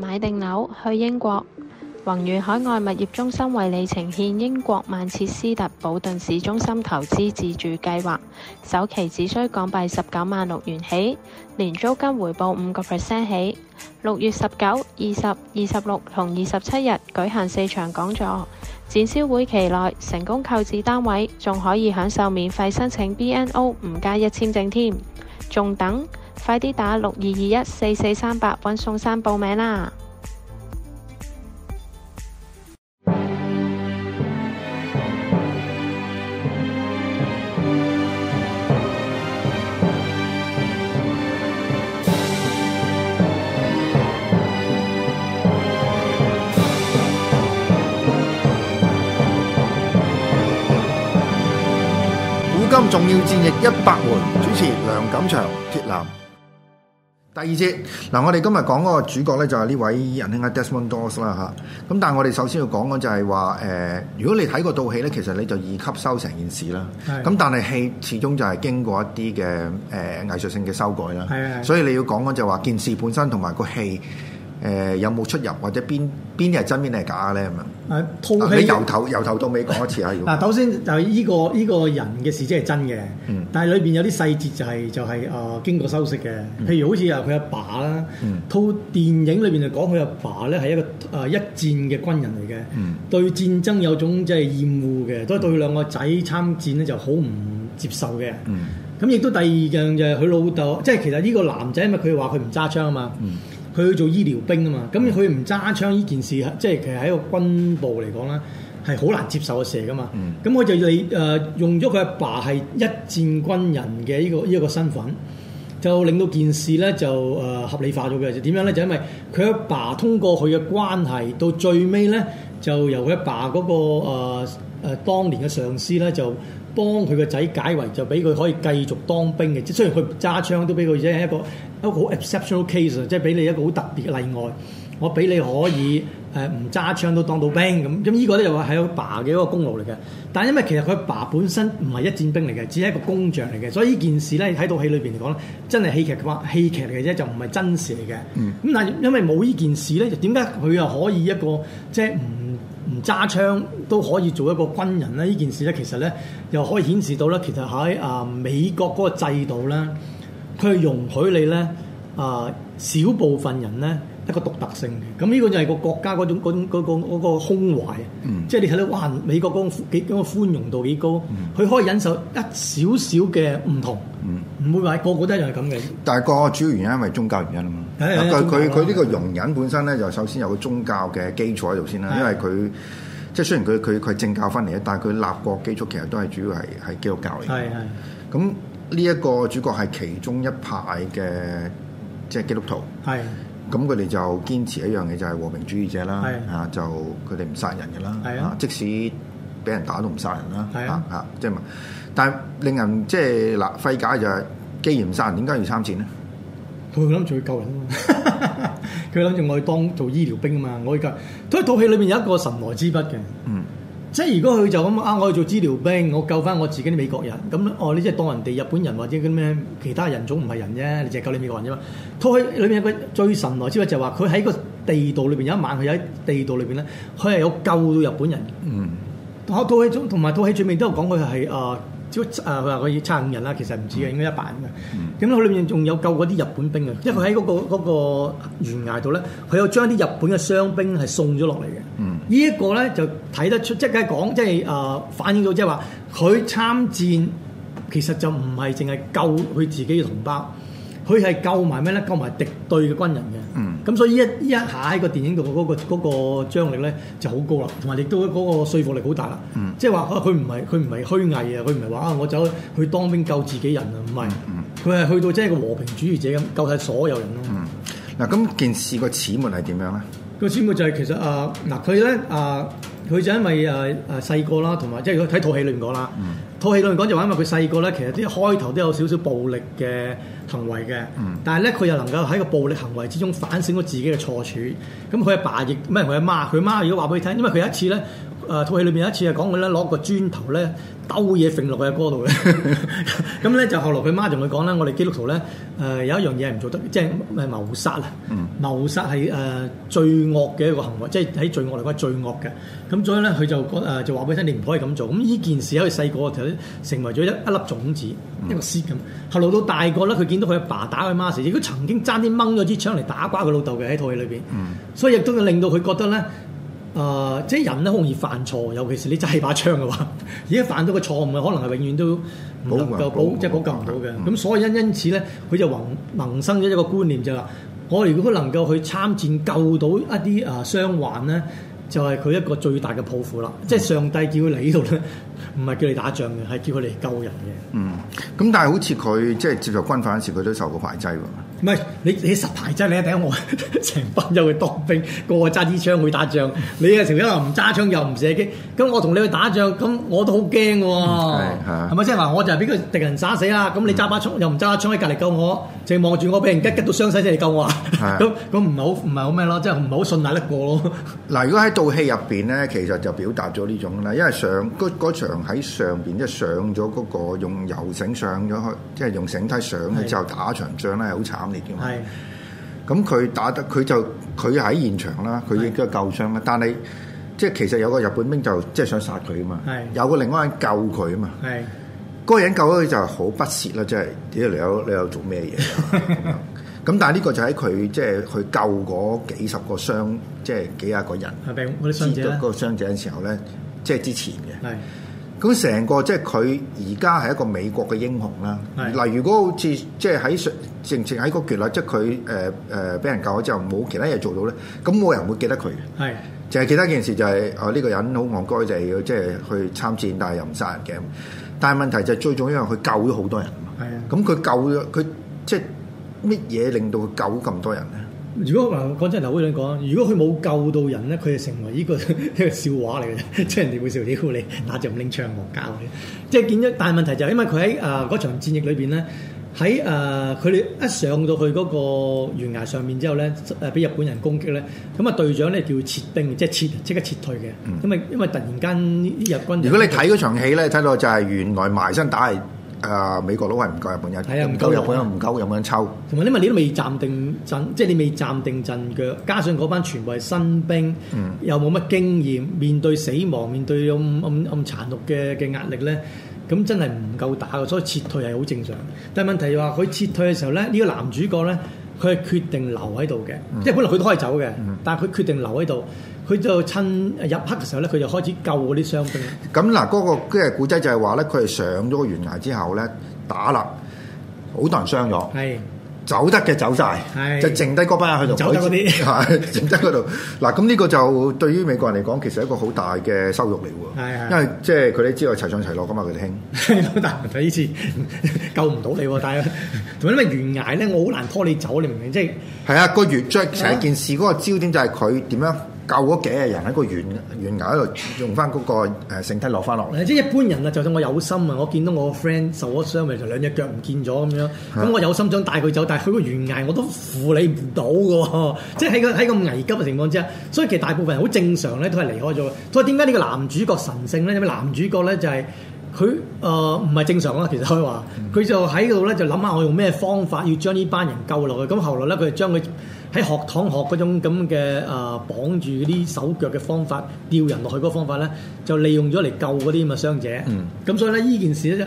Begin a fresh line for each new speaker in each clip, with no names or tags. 買定樓去英國，宏遠海外物業中心為你呈現英國曼徹斯特保頓市中心投資自住計劃，首期只需港幣十九萬六元起，年租金回報五個 percent 起。六月十九、二十、二十六同二十七日舉行四場講座，展銷會期內成功購置單位，仲可以享受免費申請 BNO 五加一簽證添。仲等？快啲打六二二一四四三八揾宋生報名啦！
古今重要戰役一百回，主持梁錦祥、鐵男。第二節嗱，我哋今日講嗰個主角咧就係呢位仁兄阿啊 Desmond Doss 啦嚇。咁但係我哋首先要講嘅就係話誒，如果你睇過套戲咧，其實你就易吸收成件事啦。
係
咁但係戲始終就係經過一啲嘅誒藝術性嘅修改啦。
係係
所以你要講嘅就係話件事本身同埋個戲誒有冇出入，或者邊邊啲係真邊啲係假咧咁
啊，套
樣。
戲
你由頭由頭到尾講一次啊！要
嗱，首先就係依、個依、個人嘅事即係真嘅，
嗯
但係裏邊有啲細節就係、就係、呃經過修飾嘅，譬如好似啊佢阿爸啦，
嗯
套電影裏邊就講佢阿爸咧係一個誒、呃一戰嘅軍人嚟嘅，
嗯
對戰爭有種即係厭惡嘅，都係對佢兩個仔參戰咧就好唔接受嘅。
嗯
咁亦都第二樣就係佢老豆，即係其實呢個男仔，因為佢話佢唔揸槍啊嘛，
嗯
佢、去做醫療兵啊嘛，咁佢唔揸槍呢件事，即係其實喺一個軍部嚟講啦，係好難接受嘅事嚟噶嘛。
嗯
咁佢、就嚟誒、呃用咗佢阿爸係一戰軍人嘅呢、個呢一、個身份。就令到件事咧就誒、呃合理化咗嘅，就點樣咧？就因為佢阿爸通過佢嘅關係，到最尾咧就由佢阿爸嗰、個誒誒、呃當年嘅上司咧就幫佢個仔解圍，就俾佢可以繼續當兵嘅。即係雖然佢唔揸槍都俾佢，即係一個一個好 exceptional case 啊，即係俾你一個好特別嘅例外。我俾你可以誒唔揸槍都當到兵咁，咁呢個咧就話係佢爸嘅一個功勞嚟嘅。但係因為其實佢爸本身唔係一戰兵嚟嘅，只係一個工匠嚟嘅，所以呢件事咧喺套戲裏邊嚟講咧，真係戲劇化戲劇嚟嘅啫，就唔係真事嚟嘅。咁、但係因為冇呢件事咧，就點解佢又可以一個即係唔唔揸槍都可以做一個軍人咧？呢件事咧其實咧又可以顯示到咧，其實喺啊、美國嗰個制度啦。佢係容許你咧啊、少部分人咧一個獨特性嘅，咁呢個就係個國家嗰種嗰種嗰個嗰個胸懷，即係你睇到哇美國嗰種幾嗰個寬容度幾高，佢、可以忍受一少少嘅唔同，唔、會話個個都一樣係咁嘅。
但係個主要原因係因為宗教原因啊嘛。
係係
佢
宗教
佢
啦
佢呢個容忍本身咧，就首先有個宗教嘅基礎喺度先啦。
係
因為佢即係雖然佢佢佢係政教分離，但係佢立國基礎其實都係主要係係基督教嚟嘅。
係係
咁呢一個主角係其中一派嘅即係基督徒。
係
咁佢哋就堅持一樣嘢就係和平主義者啦，
係
啊就佢哋唔殺人嘅啦，
係啊
即使俾人打都唔殺人啦，
係啊
啊即係嘛但係令人即係嗱費解就係，既然唔殺人，點解要參戰呢？
佢諗住去救人啊嘛， 佢諗住我去當做醫療兵啊嘛，我去救。所以套戲裏面有一個神來之筆嘅。
嗯。
即係如果佢就咁啊，我去做治療兵，我救翻我自己啲美國人，咁哦，你即係當人哋日本人或者嗰啲咩其他人種唔係人啫，你淨係救你美國人啫嘛。套戲裏面有個最神來之筆就係話，佢喺個地道裏邊有一晚，佢喺地道裏邊咧，佢係有救到日本人。
嗯
套套戲中同埋套戲最尾都有講佢係誒只不啊，佢話佢要差五人啦，其實唔止嘅，應該一百人嘅。咁佢裏面仲有救嗰啲日本兵嘅，因為佢喺嗰個嗰個懸崖度咧，佢有將啲日本嘅傷兵係送咗落嚟嘅。
嗯
呢一個咧就睇得出，即係講即係啊，反映到即係話佢參戰其實就唔係淨係救佢自己嘅同胞，佢係救埋咩咧？救埋敵對嘅軍人嘅。
嗯
咁所以一一下喺個電影度嗰、個嗰、個張力咧就好高啦，同埋亦都嗰個說服力好大啦。
嗯
即係話啊佢唔係佢唔係虛偽啊，佢唔係話啊我走去當兵救自己人啊，唔
嗯
係，佢係去到即係個和平主義者咁救晒所有人
嗯
咯。
嗱，咁件事個始末係點樣咧？
個師妹就係其實啊嗱，佢咧啊，佢就因為啊啊細個啦，同埋即係佢睇套戲裏面講啦，套戲裏面講就話因為佢細個咧，其實啲開頭都有少少暴力嘅行為嘅，但係咧佢又能夠喺個暴力行為之中反省到自己嘅錯處。咁佢阿爸亦唔係佢阿媽，佢媽如果話俾佢聽，因為佢有一次咧。誒套戲裏面有一次係講佢咧攞個磚頭咧兜嘢揈落佢阿哥度嘅，咁咧就後來佢媽同佢講咧，我哋基督徒咧誒、有一樣嘢係唔做得，即係誒謀殺啊，謀殺係誒、呃罪惡嘅一個行為，即係喺罪惡嚟講係罪惡嘅。咁所以咧佢就講誒、就話俾佢聽，你唔可以咁做。咁呢件事喺佢細個嘅時候咧，成為咗一一粒種子，一個 seed 咁。後來到大個咧，佢見到佢阿爸打佢媽時，亦都曾經爭啲掹咗支槍嚟打瓜佢老豆嘅喺套戲裏邊，所以亦都令到佢覺得咧。誒、即係人咧好容易犯錯，尤其是你揸把槍嘅話， 而家犯到個錯誤嘅，可能係永遠都唔能夠
保護
保，即係補救唔到嘅。
嗯
咁、所以因因此咧，佢就萌萌生咗一個觀念就係、話，我如果能夠去參戰救到一啲誒傷患咧，就係、佢一個最大嘅抱負啦。即係上帝叫佢嚟呢度咧，唔係叫你打仗嘅，係叫佢嚟救人嘅。
嗯，咁但係好似佢即係接受軍訓嗰時，佢都受過排擠喎。
唔係你你實排真，你睇下我 成班友去當兵，個個揸支槍去打仗，你啊成日又唔揸槍又唔射擊，咁我同你去打仗，咁我都好驚
係
喎
係啊，
係咪即係話我就係俾個敵人殺死啦？咁你揸把槍又唔揸把槍喺隔離救我，淨係望住我俾人吉吉到傷勢先嚟救我啊？
係
咁咁唔係好唔係好咩咯？即係唔係好信賴得過咯？
嗱，如果喺套戲入邊咧，其實就表達咗呢種啦，因為上嗰嗰場喺上邊即係上咗嗰個用油繩上咗去，即係用繩梯上咗之後打一場仗咧，係好慘烈嘅嘛。
係
咁佢打得佢就佢喺現場啦，佢亦都有救傷啦，但係即係其實有個日本兵就即係想殺佢啊嘛
係，
有個另外一個人救佢啊嘛，
係
嗰個人救咗佢就係好不屑啦，即係屌你有你有做咩嘢啊 咁樣咁但係呢個就喺佢即係去救嗰幾十個傷，即係幾廿個人，
係病嗰啲傷者
知道
咧
嗰個傷者嘅時候咧，即係之前嘅。
啊係
咁成個即係佢而家係一個美國嘅英雄啦。
係
嗱，如果好似即係喺上正正喺嗰橛啦，即係佢誒誒俾人救咗之後冇其他嘢做到咧，咁冇人會記得佢嘅。
係
淨係記得一件事就係、啊呢、個人好戇居，就係要即係去參戰，但係又唔殺人嘅。但係問題就係最重要係佢救咗好多人啊嘛。
係啊！
咁佢救咗佢即係乜嘢令到佢救咁多人咧？
如果嗱講真頭好想講，如果佢冇救到人咧，佢就成為呢、個 一個笑話嚟嘅， 即係人哋會笑屌你打仗唔拎槍我教你，即係見咗。但係問題就係因為佢喺誒嗰場戰役裏邊咧，喺誒啊佢哋一上到去嗰個懸崖上面之後咧，誒俾日本人攻擊咧，咁啊隊長咧叫撤兵，即係撤即刻撤退嘅，因為因為突然間啲日軍
嗯如果你睇嗰場戲咧，睇到就係原來埋身打係誒美國佬係唔夠日本人，
係啊唔
唔
夠
夠
人
日本人，唔夠日本人抽。
同埋因為你都未站定陣，即係你未站定陣腳，加上嗰班全部係新兵，又冇乜經驗，面對死亡，面對咁咁咁殘酷嘅嘅壓力咧，咁真係唔夠打嘅，所以撤退係好正常。但係問題就話佢撤退嘅時候咧，呢、個男主角咧，佢係決定留喺度嘅，即係本來佢都可以走嘅，但係佢決定留喺度，佢就趁呃入黑嘅時候咧，佢就開始救嗰啲傷兵。
咁嗱，嗰、個嘅古仔就係話咧，佢係上咗個懸崖之後咧打啦，好多人傷咗，
係
走得嘅走晒，
係
就剩低嗰班人喺度
走得嗰 啲
係剩低嗰度。嗱，咁呢個就對於美國人嚟講，其實係一個好大嘅收辱嚟
係係
喎，因為即係佢哋知道齊上齊落噶嘛，佢哋興。
但係呢次救唔到你喎，但係 同埋因為懸崖咧，我好難拖你走，你明唔明？即係
係啊，個懸即係成件事嗰個焦點就係佢點樣救嗰幾廿人喺個懸懸崖嗰度用翻嗰個誒繩梯落翻落嚟。
即係一般人啊，就算我有心啊，我見到我個 friend 受咗傷，咪就兩隻腳唔見咗咁樣，咁我有心想帶佢走，但係佢個懸崖我都扶你唔到嘅喎， 即係喺個喺個危急嘅情況之下，所以其實大部分人好正常咧，都係離開咗嘅。所以點解呢個男主角神聖咧？因為男主角咧就係、佢誒唔係正常啊啦，其實可以話，佢就喺度咧就諗下我用咩方法要將呢班人救落去。咁後來咧，佢就將佢喺學堂學嗰種咁嘅誒綁住啲手腳嘅方法，吊人落去嗰個方法咧，就利用咗嚟救嗰啲咁嘅傷者。咁、所以咧，呢件事咧就。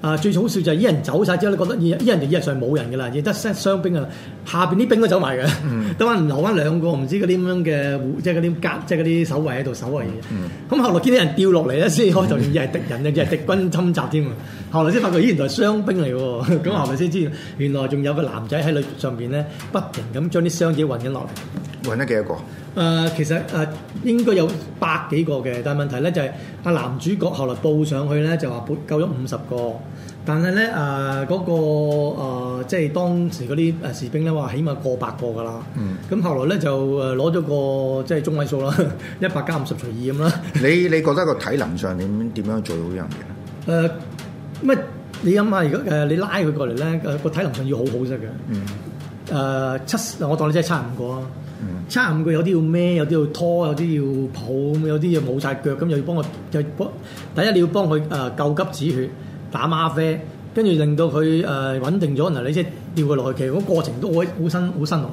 啊！最好笑就係啲人走晒之後咧，覺得依依人就以為上冇人嘅啦，亦得傷傷兵啊，下邊啲兵都走埋嘅， 得翻、留翻兩個唔知嗰啲咁樣嘅護，即係嗰啲格，即係嗰啲守衛喺度守衞嘅。咁、後來見啲人掉落嚟咧，先開頭以為係敵人啊，以為敵軍侵襲添啊。後來先發覺，咦原來係傷兵嚟喎。咁後來先知，原來仲有個男仔喺裏上邊咧，不停咁將啲傷者運緊落嚟。
揾得幾多個？
誒、其實誒、應該有百幾個嘅，但係問題咧就係、阿男主角後來報上去咧就話報救咗五十個，但係咧誒嗰個、呃、即係當時嗰啲誒士兵咧話起碼過百個㗎啦，咁、後來咧就誒攞咗個即係中位數啦， 一百加五十除二咁啦。
你你覺得個體能上點點樣做到呢樣嘢咧？
誒呃乜、你諗下，如果呃誒你拉佢過嚟咧，誒、個體能上要好好先得嘅。誒、七，我當你真係差五個啊！差五個有啲要孭，有啲要拖，有啲要抱，咁有啲要冇晒腳，咁又要幫佢，又要幫第一你要幫佢誒、呃救急止血、打嗎啡，跟住令到佢誒、呃穩定咗，嗱你即係吊佢落去，其實嗰個過程都好好辛好辛勞下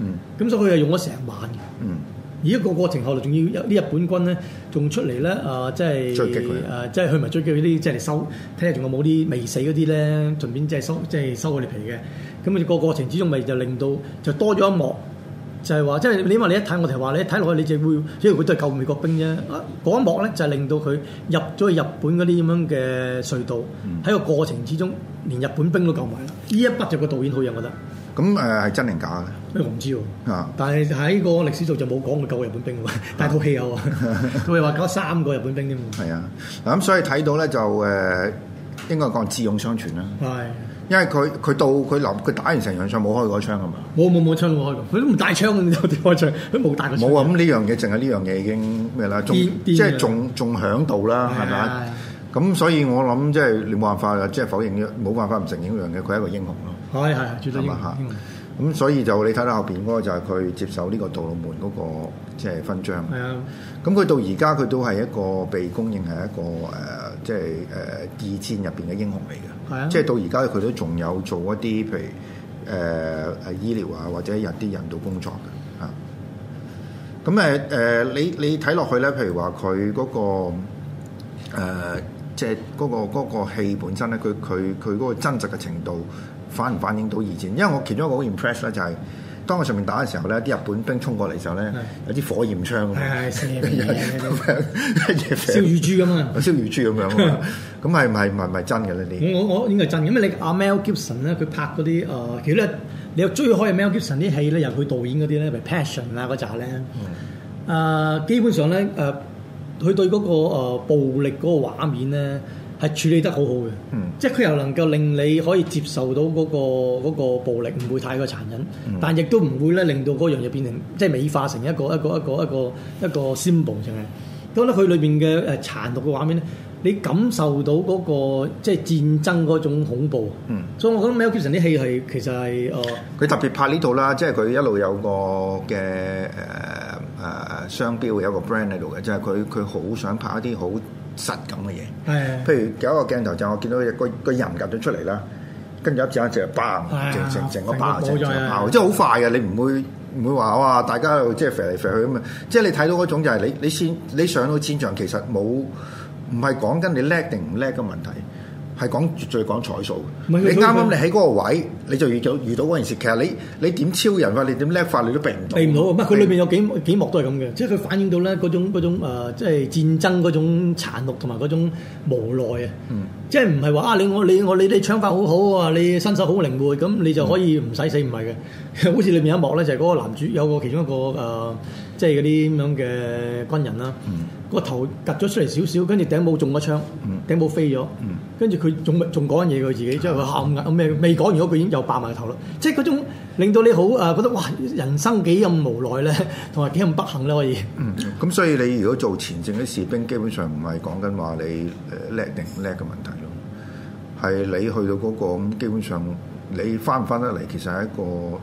嗯
嘅。咁所以佢係用咗成晚嘅。
嗯
而一個過程後來仲要有啲日本軍咧，仲出嚟咧，啊、即係
追擊佢
誒即係佢咪追擊嗰啲，即係嚟收，睇下仲有冇啲未死嗰啲咧，順便即係收，即係收佢哋皮嘅。咁個過程之中，咪就令到就多咗一幕，就係話，即係你因為你一睇，我哋話你一睇落去，你就會，因為佢都係救美國兵啫。啊嗰一幕咧，就係令到佢入咗去日本嗰啲咁樣嘅隧道，
嗯
喺個過程之中，連日本兵都救埋啦。呢一筆就個導演好嘢，我覺得。
咁誒係真定假嘅咧？
咩我唔知喎。
啊
但係喺個歷史度就冇講佢救日本兵喎，但係套戲有啊，佢哋話救咗三個日本兵添喎。
係啊，嗱咁所以睇到咧就誒、應該講智勇雙全啦。
係，
因為佢佢到佢臨佢打完成場仗冇開過槍啊嘛，
冇冇冇槍冇開過，佢都唔帶槍嘅，有啲開槍，佢冇帶個槍。
冇啊！咁呢樣嘢淨係呢樣嘢已經咩啦，仲
癲啊癲
即係
嘅
仲仲響度啦，係
啊
咪？咁所以我諗即係你冇辦法啦，即係否認呢冇辦法唔承認呢樣嘢，佢係一個英雄咯。
係？係係，絕對英
係嘛
雄英雄。
咁所以就你睇到後邊嗰個就係佢接受呢個杜魯門嗰個即係勳章。
係啊，
咁佢到而家佢都係一個被公認係一個誒、呃即係誒、呃二戰入邊嘅英雄嚟嘅。
係啊
即係到而家佢都仲有做一啲譬如誒誒、呃醫療啊，或者有啲人道工作嘅嚇。咁誒誒，你你睇落去咧，譬如話佢嗰個、呃、即係嗰、個嗰、個戲本身咧，佢佢佢嗰個真實嘅程度反唔反映到二戰？因為我其中一個好 impress 咧就係、當佢上面打嘅時候咧，啲日本兵衝過嚟嘅時候咧，有啲火焰槍㗎嘛
係係射
有
嘢
有嘢
燒乳豬咁啊！
有啊燒乳豬咁樣啊嘛咁係咪咪咪真嘅呢啲？
我我我應該係真嘅，因為你阿 Mel Gibson 咧，佢拍嗰啲誒，其實咧你又追開 Mel Gibson 啲戲咧，由佢導演嗰啲咧，譬如 Passion 啊嗰扎咧，誒、啊基本上咧誒，佢、對嗰、個、呃、暴力嗰個畫面咧係處理得好好嘅，
嗯
即係佢又能夠令你可以接受到嗰、個嗰個暴力，唔會太過殘忍，
嗯
但亦都唔會咧令到嗰樣嘢變成即係美化成一個一個一個一個一個 symbol 淨係。咁咧佢裏邊嘅誒呃殘酷嘅畫面咧，你感受到嗰、個即係戰爭嗰種恐怖。啊
嗯，
所以我覺得 Mel Gibson 啲戲係其實係誒、呃
佢特別拍呢套啦，即係佢一路有個嘅誒誒商標有個 brand 喺度嘅，即係佢佢好想拍一啲好實感嘅嘢。
係
譬如有一個鏡頭就我見到有個個人夾咗出嚟啦，跟住一隻一隻砰，
係啊
成成成個
成個
爆，
冇
成
咗
成個
啊
爆，即係好快嘅，你唔會唔會話哇大家又即係肥嚟肥去咁啊！即係你睇到嗰種就係你你先你上到戰場，其實冇唔係講緊你叻定唔叻嘅問題。係講絕對講彩數
唔
嘅，
係佢
你啱啱
佢
你喺嗰個位，你就遇到遇到嗰件事。其實你你點超人法，你點叻法，你都避唔到。
避唔到嘅。乜佢裏
你
面有幾幾幕都係咁嘅，即係佢反映到咧嗰種嗰種、呃、即係戰爭嗰種殘酷同埋嗰種無奈啊。即係唔係話啊你我你我你你槍法好好啊，你身手好靈活，咁你就可以唔使死唔係嘅。 好似裏面有一幕咧，就係、嗰個男主有個其中一個誒、呃即係嗰啲咁樣嘅軍人啦。個頭趌咗出嚟少少，跟住頂帽中咗槍，
嗯
頂帽飛咗，跟住佢仲仲講緊嘢佢自己，即係佢喊緊咩？未講完嗰句已經又爆埋頭啦！即係嗰種令到你好誒、呃、覺得哇，人生幾咁無奈咧， 同埋幾咁不幸咧可以。
嗯，咁所以你如果做前線啲士兵，基本上唔係講緊話你誒叻定唔叻嘅問題咯，係你去到嗰、個咁，基本上你翻唔翻得嚟，其實係一個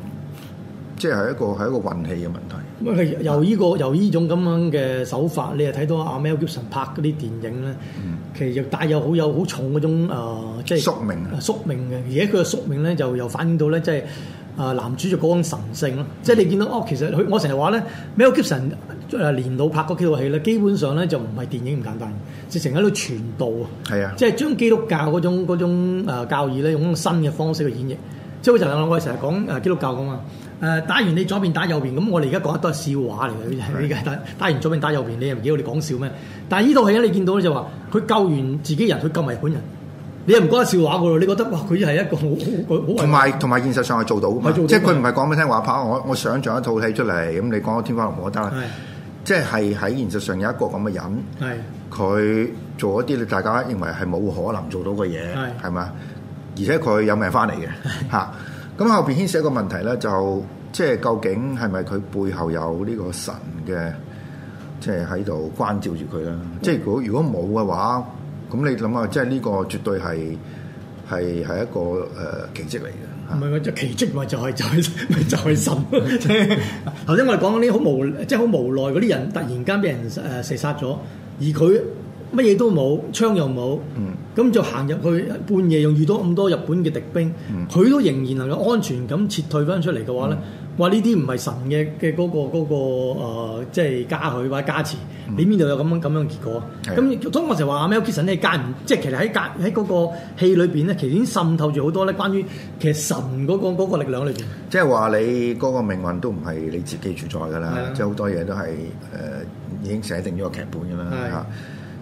即係一個係一個運氣嘅問題。
咁啊佢由呢、個由呢種咁樣嘅手法，你又睇到阿 Mel Gibson 拍嗰啲電影咧，其實又帶有好有好重嗰種、呃、即係
嗯宿命啊
宿命嘅。而家佢嘅宿命咧，就又反映到咧，即係啊、男主角嗰種神性咯。即係你見到哦，其實佢我成日話咧，Mel Gibson 誒年老拍嗰幾套戲咧，基本上咧就唔係電影咁簡單，直情喺度傳道啊。
係啊
即係將基督教嗰種嗰種、呃、教義咧，用新嘅方式去演繹。即係好似嗱我哋成日講誒基督教咁嘛。誒、打完你左邊打右邊，咁我哋而家講得都係笑話嚟嘅，呢啲係打打完左邊打右邊，你又唔記得我哋講笑咩？但係呢套戲咧，你見到咧就話佢救完自己人，佢救埋日本人，你又唔覺得笑話嘅咯？你覺得哇，佢係一個好好好好
同埋同埋現實上係做到噶嘛，
係做到㗎
即係佢唔係講俾你聽話拍我我想象一套戲出嚟，咁你講《天花龍》我得啦
係，
即係喺現實上有一個咁嘅人，
係
佢做一啲你大家認為係冇可能做到嘅嘢
係，
係咪啊？而且佢有命翻嚟嘅嚇。咁後邊牽涉一個問題咧，就即係究竟係咪佢背後有呢個神嘅，即係喺度關照住佢啦？即係如果如果冇嘅話，咁你諗下，即係呢個絕對係係係一個誒、呃奇蹟嚟嘅嚇
唔。係，就奇蹟咪就係就係咪就 係神。即係頭先我哋講嗰啲好無，即係好無奈嗰啲人，突然間俾人誒射殺咗，而佢乜嘢都冇，槍又冇，
嗯
咁、就行入去半夜，又遇到咁多日本嘅敵兵，
嗯
佢、都仍然能夠安全咁撤退翻出嚟嘅話咧，
嗯
話呢啲唔係神嘅嘅嗰個嗰、個、呃即係加許或者加持，你邊度有咁樣咁樣嘅結果啊？
嗯係
咁咁所以我成日話阿 Mel Gibson 咧間唔，即係其實喺間喺嗰個戲裏邊咧，其實已經滲透住好多咧關於其實神嗰、個嗰個力量裏邊。
即係話你嗰個命運都唔係你自己主宰㗎啦
係啊，
即係好多嘢都係誒、呃已經寫定咗個劇本㗎啦
係
嚇。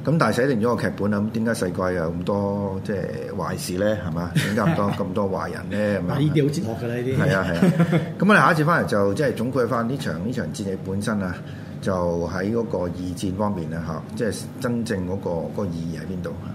咁但係寫定咗個劇本啦，咁點解世界有咁多即係壞事咧？係嘛？點解咁 多咁多壞人咧？咁
嗱，
樣
呢啲好哲學㗎啦，呢啲
係啊係啊。咁我哋下一次翻嚟就即係總括翻呢場呢場戰役本身啊，就喺嗰個二戰方面啊嚇，即係真正嗰、個嗰個意義喺邊度啊？